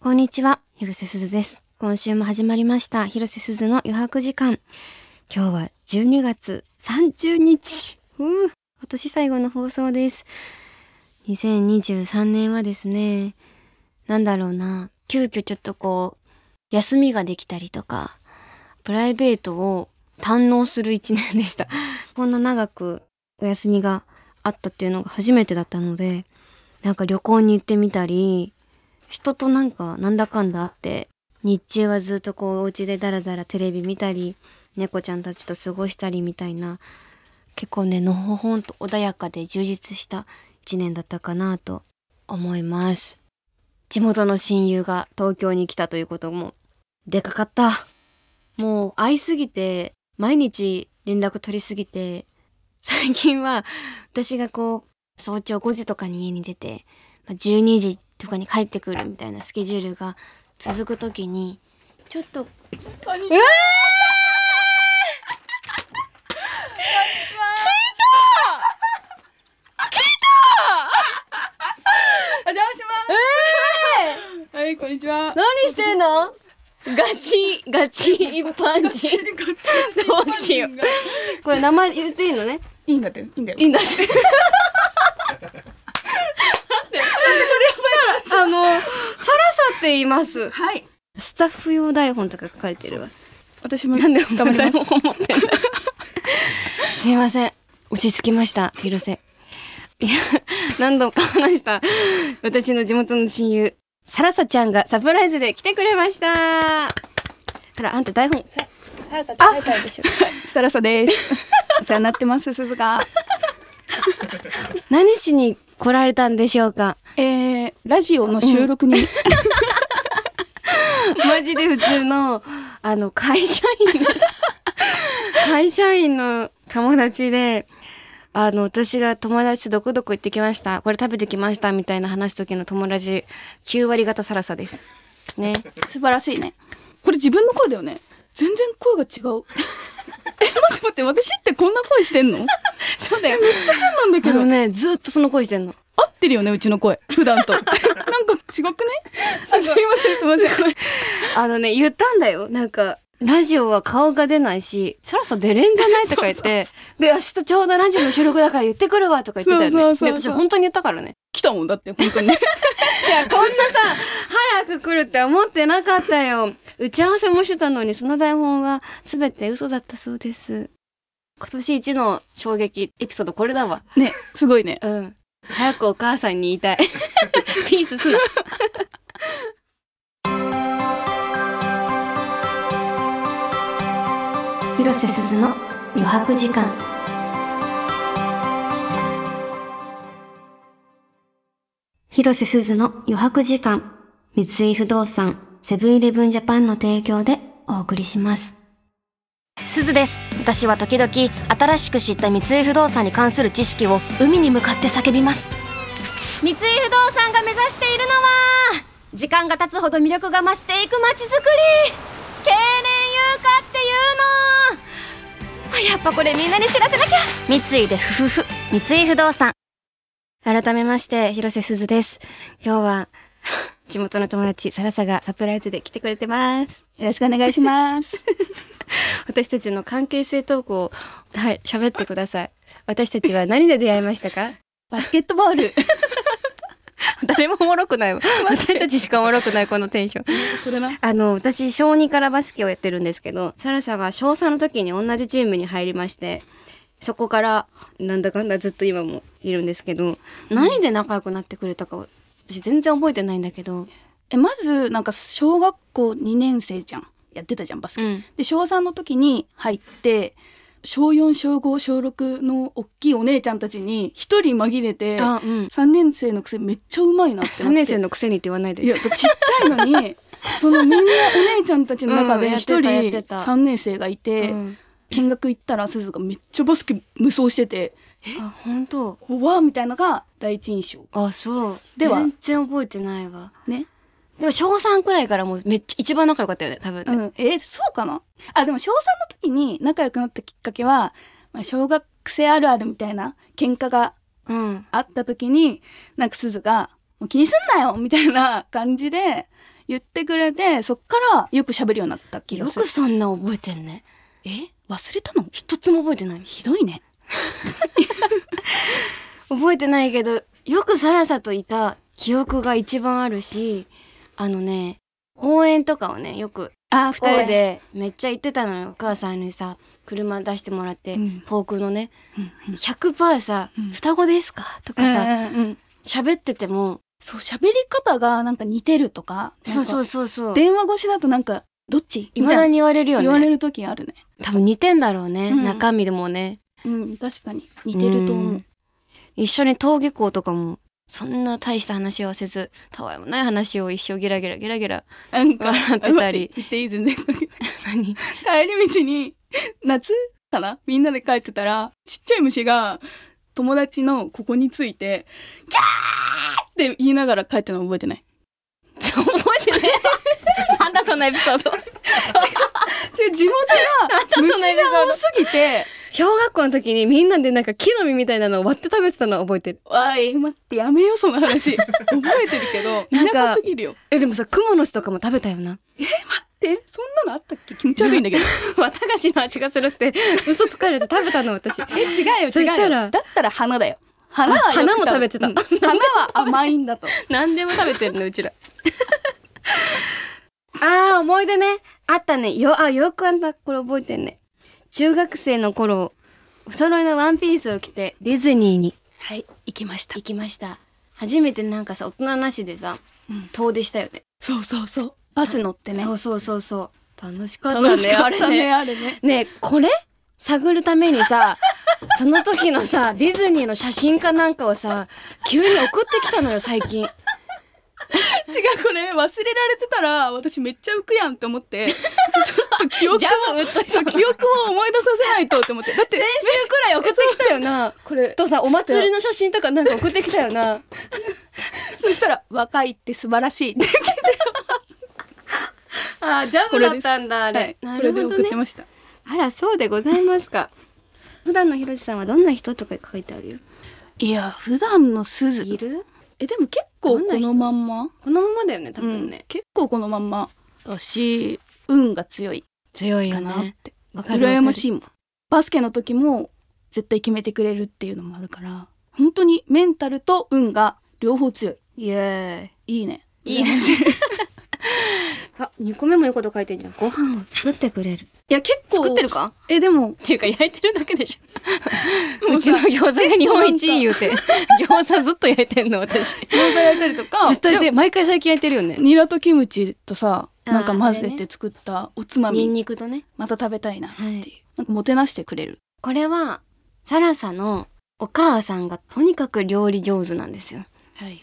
こんにちは、広瀬すずです。今週も始まりました、広瀬すずの余白時間。今日は12月30日。うう今年最後の放送です。2023年はですね、なんだろうな、急遽ちょっとこう、休みができたりとか、プライベートを堪能する一年でした。 こんな長くお休みがあったっていうのが初めてだったので、なんか旅行に行ってみたり、人となんかなんだかんだあって、日中はずっとこうお家でダラダラテレビ見たり、猫ちゃんたちと過ごしたりみたいな、結構ね、のほほんと穏やかで充実した一年だったかなと思います。地元の親友が東京に来たということも、でかかった。もう会いすぎて、毎日連絡取りすぎて、最近は私がこう、早朝5時とかに家に出て、まあ12時とかに帰ってくるみたいなスケジュールが続くときに、ちょっと、こんにうわお邪魔します。はい、こんにちは。何してんのガチ、ガチ一般人。どうしよう。これ名前言っていいのね。いいんだって、いいんだよ。いいんだって。あの、サラサって言います。はい。スタッフ用台本とか書かれてるわ。私もなんで頑張ります。思ってんだすいません。落ち着きました、広瀬。いや、何度か話した、私の地元の親友、サラサちゃんがサプライズで来てくれました。ほら、あんた台本、さサラサって書いてあるでしょ。サラサです。お世話になってます、鈴が。何しに来られたんでしょうかえー、ラジオの収録に、 マジで普通の、あの、会社員 です。会社員の友達で、あの、私が友達とどこどこ行ってきました。これ食べてきました。みたいな話す時の友達、9割方サラサです。 ね。素晴らしいね。これ自分の声だよね。全然声が違 う。え、待って待って、私ってこんな声してんのめっそうだよ。ちゃ変なんだあけどの。ね、ずっとその声してんの。合ってるよね、うちの声。普段と。 なんか違くねあすいません、すいません。あのね、言ったんだよ。なんか、ラジオは顔が出ないし、サラサ出れんじゃないとか言って、で、明日ちょうどラジオの収録だから言ってくるわとか言ってたよね。そうそうそうそうで、私本当に言ったからね。来たもんだって、本当 にね。いや、こんなさ、早く来るって思ってなかったよ。打ち合わせもしてたのに、その台本は全て嘘だったそうです。今年一の衝撃エピソードこれだわ。ね、すごいね。うん。早くお母さんに言いた い。ピースすな。 広瀬すずの余白時間。広瀬すずの余白時間。三井不動産、セブンイレブンジャパンの提供でお送りします。すずです。私は時々新しく知った三井不動産に関する知識を海に向かって叫びます。三井不動産が目指しているのは、時間が経つほど魅力が増していく街づくり経年優化っていうのあやっぱこれみんなに知らせなきゃ三井でふふふ、三井不動産。改めまして、広瀬すずです。今日は、 地元の友達、サラサがサプライズで来てくれてます。よろしくお願いします。私たちの関係性トークを、はい、喋ってください。私たちは何で出会いましたかバスケットボール。 誰もおもろくないわ。 私たちしかおもろくない、このテンション。それな。あの、私、小2からバスケをやってるんですけど、サラサが小3の時に同じチームに入りまして、そこから、なんだかんだずっと今もいるんですけど、何で仲良くなってくれたかを、私全然覚えてないんだけ ど、え、まず、なんか、小学校2年生じゃん。やってたじゃん、バスケ。ん。で、小3の時に入って、小4、小5、小6の大きいお姉ちゃんたちに、一人紛れて、あ、うん。 3年生のくせにめっちゃうまいなってなって。 3年生のくせにって言わないいで。や、ちっちゃい のに、そのみんなお姉ちゃんたちの中うんでや一って人たやってた3年生がいうて、ん、見学行ったらすずがめっちゃバスケ無双してて、あ、本当おわーみたいなのが第一印象。あ、そう。では全然覚えてないわ。ね。でも小3くらいからもうめっちゃ一番仲良かったよね、多分ね。うん、えーそうかなあでも小3の時に仲良くなったきっかけは、まあ、小学生あるあるみたいな喧嘩がうん。あった時になんかすずが「もう気にすんなよ!」みたいな感じで言ってくれてそっからよく喋るようになった気よがするくそんな覚えてんねえ忘れたの一つも覚えてないひどいね覚えてないけどよくサラサといた記憶が一番あるしあのね応援とかをねよくあ二人でめっちゃ行ってたのよお母さんにさ車出してもらって、うんフォークのねうんうん100%さ「うん双子ですか?」とかさうんうんうん喋っててもそう喋り方がなんか似てるとかそうそううそうそう電話越しだとなんかどっちいまだみに言われるよたいなね言われる時あるね多分似てんだろうね、うん中身でもねうん確かに似てると思う、ん一緒に登下校とかもそんな大した話はせずたわいもない話を一生ギラギラギラギラなんか笑ってたり言っていい全然帰何り道に夏かなみんなで帰ってたらちっちゃい虫が友達のここについてキャーって言いながら帰ったの覚えてないそう覚えてね なんだそんなエピソードで地元 がん虫たそのエピソードが多すぎて小学校の時にみんなでなんか木の実みたいなのを割って食べてたのを覚えてる「わい待ってやめよその 話覚えてるけどなんか田舎すぎるよえでもさクモの巣とかも食べたよ な」でそんなのあったっけ気持ち悪いん だけど綿菓子の味がするって嘘つかれて食べたの私え違うよ違うよそしたらだったら花だよ花はよくあ花も食べてたうん花は甘い んだと何でも食べてるのうちら あー思い出ねあったねよあよくあんたこれ覚えてんね中学生の頃お揃いのワンピースを着てディズニーにはい行きました行きました初めてなんかさ大人なしでさ、うん遠出したよねそうそうそうバス乗ってねそうそうそうそう楽しかったね楽しかあっれたねねあれねねえこれ探るために さその時のさディズニーの写真かなんかをさ急に送ってきたのよ最 近違うこれ忘れられてたら私めっちゃ浮くやんって思ってちょっと記憶をジャム打っといたそう記憶を思い出させないとって思ってだって先週くらい送ってきたよ なこれとさお祭りの写真とかなんか送ってきたよなそしたら「若いって素晴らしい」って あジャムだったんだはいなこるれほでど送ってねましたあらそうでございますか 普段のひろしさんはどんな人とか書いてあるよいや普段の鈴いるえでも結構どんなこ人のまんまこのままだよね多う分んね、結構このまんまだし運が強い強いよかなっねて、わかるわかる羨ましいもんバスケの時も絶対決めてくれるっていうのもあるから本当にメンタルと運が両方強いイエーイいいねいいね 羨ましいいあ2個目もいいこと書いてんじゃんご飯を作ってくれるや結構作ってるかえで もっていうか焼いてるだけでしょ もううちさの餃子が日本一いい言うて 餃子ずっと焼いてんの私ずっ餃子焼いたりとかと焼いてでる毎回最近焼いてるよねもニラとキムチとさあーなんか混ぜあれねて作ったおつまニみ、ンニクとねまた食べたいなっていう、はいなんかもてなしてくれるこれはサラサのお母さんがとにかく料理上手なんですよはいはい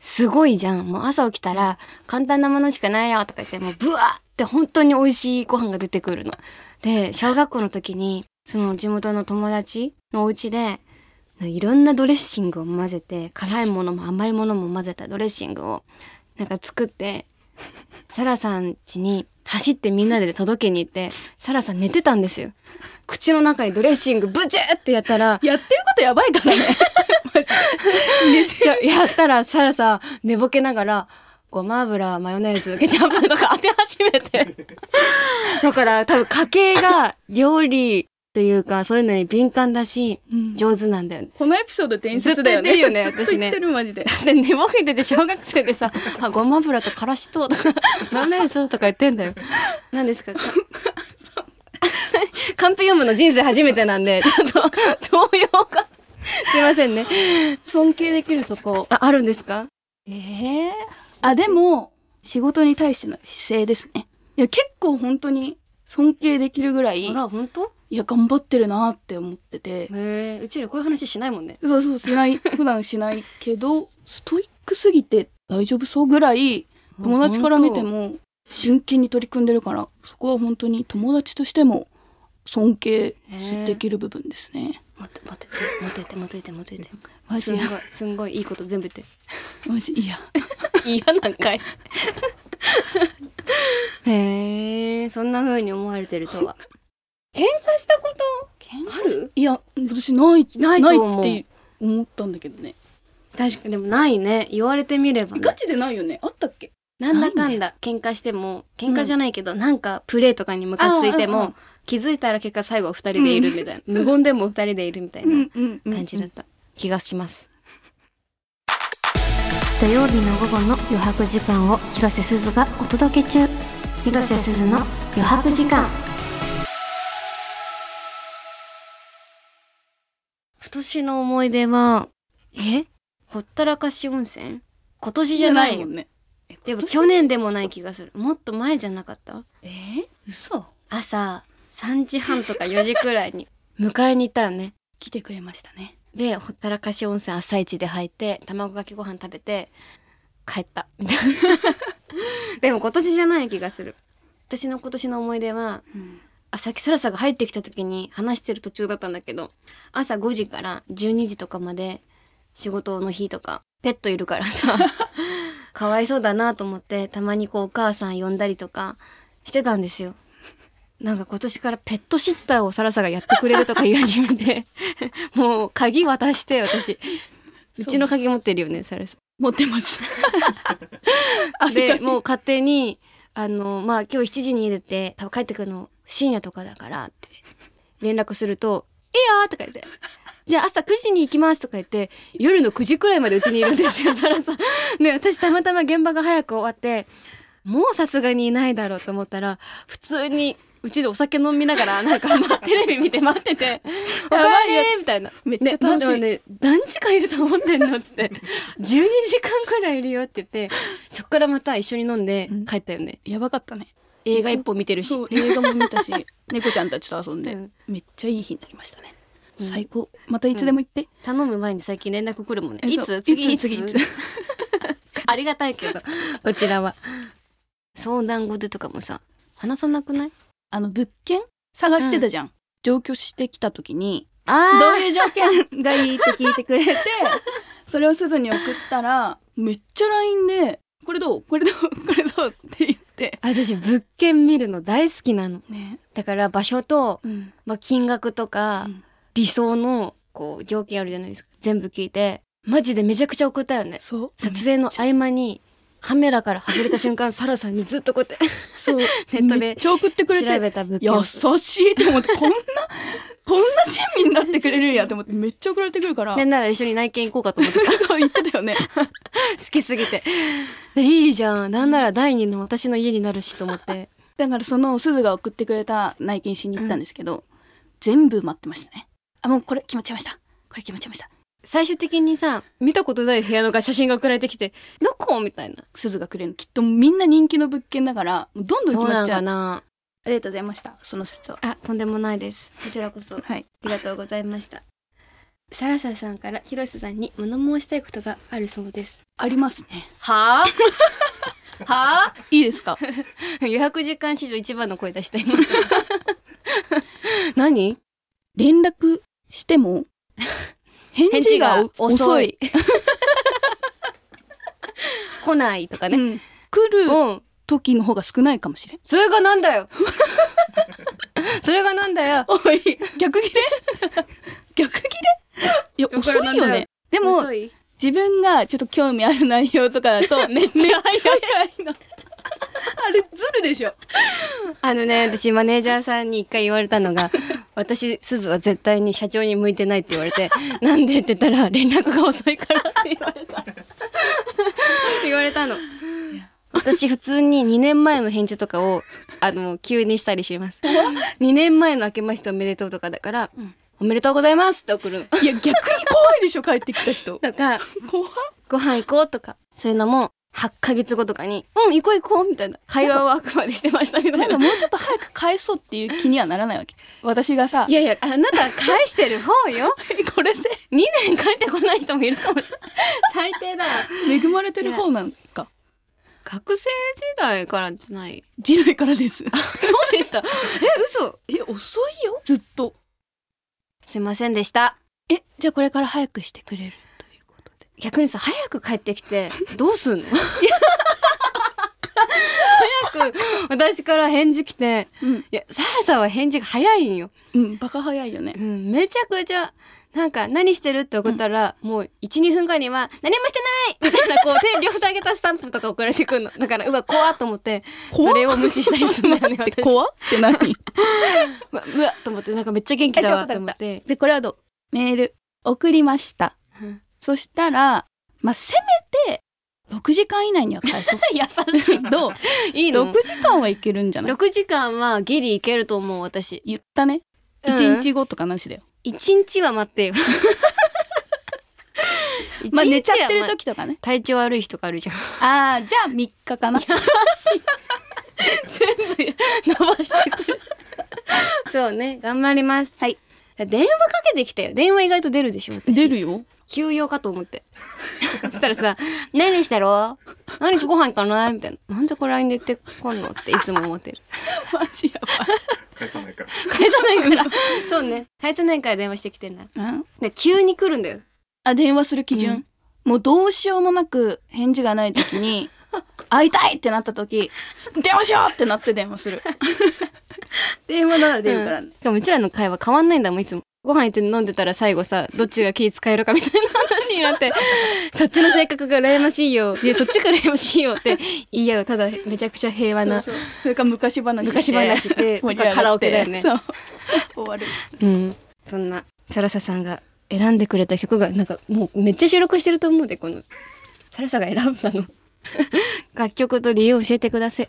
すごいじゃんもう朝起きたら簡単なものしかないよとか言ってもうブワーって本当に美味しいご飯が出てくるので小学校の時にその地元の友達のお家でいろんなドレッシングを混ぜて辛いものも甘いものも混ぜたドレッシングをなんか作ってサラさん家に走ってみんなで届けに行ってサラさん寝てたんですよ口の中にドレッシングブチューってやったらやってることやばいからね マジでじゃやったらサラさ寝ぼけながらごま油マヨネーズケチャップとか当て始めてだから多分家計が料理というかそういうのに敏感だしうん上手なんだよねこのエピソード伝説だよね。ずっと言ってるよねずっと言ってるマジで。で寝ぼけてて小学生でさ「あごま油とからしと」とか「マヨネーズ」とか言ってんだよ何ですかかカンペ読むの人生初めてなんでちょっと動揺がすいませんね尊敬できるとこ。ああるんですかええあ、でも、仕事に対しての姿勢ですね。いや、結構本当に尊敬できるぐらい、いあら本当や、頑張ってるなって思ってて。へえうちらこういう話しないもんねそうそう、しない、普段しないけど、ストイックすぎて大丈夫そうぐらい、友達から見ても真剣に取り組んでるから、そこは本当に友達としても尊敬できる部分ですね。待って待って待って待って待って待ってマすジんごやいすんごいいいこと全部言っマジ、いや。て嫌なんかい へえそんな風に思われてるとは喧嘩したことあるいや私ないなないいと思うって思ったんだけどね確かにでもないね言われてみればねチでないよねあったっけなんだかんだ喧嘩しても喧嘩じゃないけど、なんかプレーとかにムカついても、あああ気づいたら結果最後は二人でいるみたいな、無言でも二人でいるみたいな感じだった気がします。土曜日の午後の余白時間を広瀬すずがお届け中広瀬すずの余白時間今年の思い出はえほったらかし温泉今年じゃないよね。でも去年でもない気がするもっと前じゃなかったえー、嘘朝3時半とか4時くらいに迎えに行ったよね来てくれましたね。でほったらかし温泉朝一で入って卵かけご飯食べて帰ったみたいな でも今年じゃない気がする私の今年の思い出はあさっきサラサが入ってきた時に話してる途中だったんだけど朝5時から12時とかまで仕事の日とかペットいるからさかわいそうだなと思ってたまにこうお母さん呼んだりとかしてたんですよ。なんか今年からペットシッターをサラサがやってくれるとか言い始めてもう鍵渡して私うちの鍵持ってるよねサラサ持っ てます。でもう勝手に「あのまあ今日7時に出て多分帰ってくるの深夜とかだから」って連絡すると「いいよ!」とか言って「じゃあ朝9時に行きます」とか言って夜の9時くらいまでうちにいるんです よサラさん。ね私たまたま現場が早く終わってもうさすがにいないだろうと思ったら普通に。うちでお酒飲みながらなんか、まあ、テレビ見て待ってて「おかわり!」みたいなめっちゃ楽しいねで何時間いると思ってんのって12時 間くらいいるよって言ってそっからまた一緒に飲んでうん帰ったよね、やばかったね。映画一本見てるしそう映画も見たし猫ちゃんたちと遊んで、うんめっちゃいい日になりましたね。うん最高。またいつでも行って。頼む前に最近連絡来るもんねえいそうつ次いつ次いつ ありがたいけどこちらは相談事とかもさ話さなくないあの物件探してたじゃん。上京してきた時にあどういう条件がいいって聞いてくれ てそれをすずに送ったらめっちゃ LINE で「これどうこれどうこれどう?」って言って私物件見るの大好きなのね、だから場所と、うん、まあ、金額とか、うん理想のこう条件あるじゃないですか全部聞いてマジでめちゃくちゃ送ったよねそう撮影の合間にカメラから外れた瞬間サラさんにずっとこうやっそうネ ットでめっちゃ送ってくれてて調べた物件優しいと思ってこんなこんな親身になってくれるんやと思ってめっちゃ送られてくるから、なんなら一緒に内見行こうかと思って言ってたよね好きすぎてで いいじゃんなんなら第二の私の家になるしと思って だからそのすずが送ってくれた内見しに行ったんですけど、全部待ってましたねあもうこれ決まっちゃいましたこれ決まっちゃいました最終的にさ見たことない部屋のが写真が送られてきて「どこ?」みたいなすずがくれるのきっとみんな人気の物件だからどんどん決そうまなっんちゃかうなありがとうございましたその説はあとんでもないですこちらこそあはいりがとうございましたサラサさんから広瀬さんに物申したいことがあるそうですありますねはあは あいいですか 予約時間史上一番の声出しています。 何連絡しても返事が遅い。来ないとかね。うん来るうん。時の方が少ないかもしれんそれがなんだよ それがなんだよおい逆切れ 逆切れいややこ遅れいよなんだよねでも遅い自分がちょっと興味ある内容とかだと めっちゃ早い いのあれずるでしょあのね、私マネージャーさんに一回言われたの が、私、すずは絶対に社長に向いてないって言われて、なんでって言ったら、連絡が遅いからって言われた。 言われたの。私普通に2年前の返事とかをあの急にしたりします2年前の「明けましておめでとう」とかだから「おめでとうございます」って送るのいや逆に怖いでしょ帰ってき た人とか怖っ「ご飯行こう」とかそういうのも8ヶ月後とかに「うん行こう行こう」みたいな会話をあくまでしてましたみたい ななんかもうちょっと早く返そうっていう気にはならないわけ私がさいやいやあなた返してる方 よこれで2年帰ってこない人もいるかもしれない最低だ恵まれてる方なんか 学生時代からじゃない時代からですそうでしたえ嘘え遅いよずっとすいませんでしたえじゃあこれから早くしてくれるということで逆にさ早く帰ってきてどうすんの早く私から返事来てうんいやサラさんは返事が早いんよ、うんバカ早いよねうん、めちゃくちゃなんか何してるって送ったら、もう12分後には何もしてない みたいなこう手両手上げたスタンプとか送られてくるのだからうわ怖っと思って怖っそれを無視したりするのよね待って私 怖って何うわうわっと思ってなんかめっちゃ元気だわと思ってでこれはどうメール送りましたうんそしたらまあせめて6時間以内には返そう 優しいどういい6の時間はいけるんじゃない6時間はギリいけると思う私言ったねうん1日後とかなしだよ、 1日は待って よま一日はあ寝ちゃってるまあ時とかね体調悪い日とかあるじゃんああじゃあ3日かな全部伸ばしてくるそうね頑張りますはい電話かけてきたよ電話意外と出るでしょ私出るよ休養かと思って。 そしたらさ、何してろ何しご飯行かないみたいな。なんでこれ LINE で言ってこんのっていつも思ってる。マジや返さないから。返さない から。そうね。返さないから電話してきてんだ。ばいんで、急に来るんだよ。あ電話する基準、もうどうしようもなく返事がない時 に会いたいってなった時電話しようってなって電話する 電話なら出るからね、しかもうちらの会話変わんないんだもん、いつも。ご飯行って飲んでたら最後さ、どっちが気使えるかみたいな話にな って、そっちの性格が羨ましいよ。いや、そっちが羨ましいよって言い合う。ただ、めちゃくちゃ平和なそ。うそうそれから昔話して昔話で 盛り上がってカラオケだよねそう終わるうん、そんなサラサさんが選んでくれた曲がなんかもうめっちゃ収録してると思うでこのサラサが選んだの楽曲と理由を教えてください。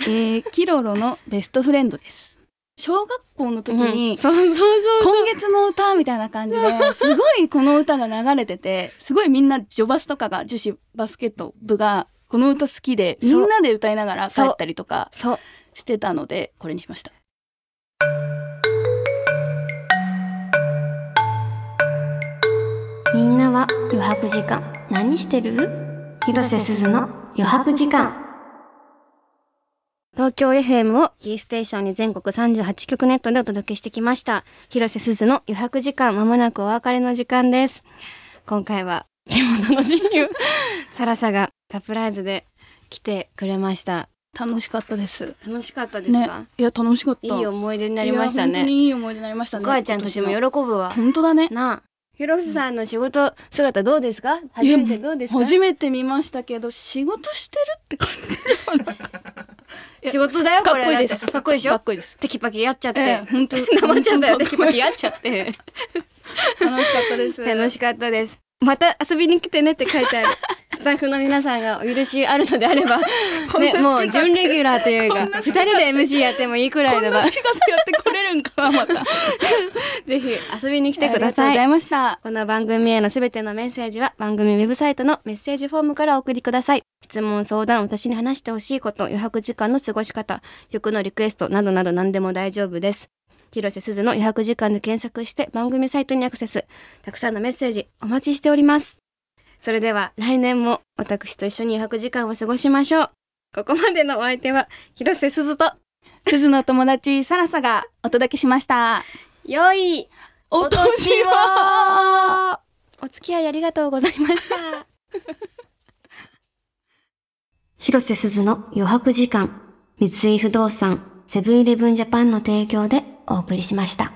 えー、キロロのベストフレンドです小学校の時に、うんそうそうそうそう今月の歌みたいな感じですごいこの歌が流れててすごいみんな女バスとかが女子バスケット部がこの歌好きでみそうんなで歌いながら帰ったりとかそうしてたのでこれにしましたみんなは余白時間何してる広瀬すずの余白時間東京 FM をキーステーションに全国38局ネットでお届けしてきました広瀬すずの余白時間まもなくお別れの時間です今回は地元の親友 サラサがサプライズで来てくれました楽しかったです楽しかったですか、ねいや楽しかったいい思い出になりましたいや本当ねにいい思い出になりましたおね母ちゃんたちも喜今年ぶわは本当だねなあ広瀬さんの仕事姿どうですか初めてどうですか初めて見ましたけど仕事してるって感じではなかっや仕事だよたこれかっこいいでしかょっこいいですテキパキやっちゃって、ええ本 当生ちゃったよテ本当キパキやっちゃって 楽しかったです楽しかったですまた遊びに来てねって書いてあ るスタッフの皆さんがお許しあるのであれ ばこんなね好きも勝う手準レギュラーというこかんな2好人きで MC やってもいいくらこいんなのは好き勝手やってこれるんかなまたぜひ遊びに来てくださありいがとうございました。この番組へのすべてのメッセージは番組ウェブサイトのメッセージフォームからお送りください。質問、相談、私に話してほしいこと、余白時間の過ごし方、曲のリクエストなどなど何でも大丈夫です。広瀬すずの余白時間で検索して番組サイトにアクセス。たくさんのメッセージお待ちしております。それでは来年も私と一緒に余白時間を過ごしましょう。ここまでのお相手は広瀬すずと鈴の友達サラサがお届けしました。良いお年年をお付き合いありがとうございました。 広瀬すずの余白時間、三井不動産、セブンイレブンジャパンの提供でお送りしました。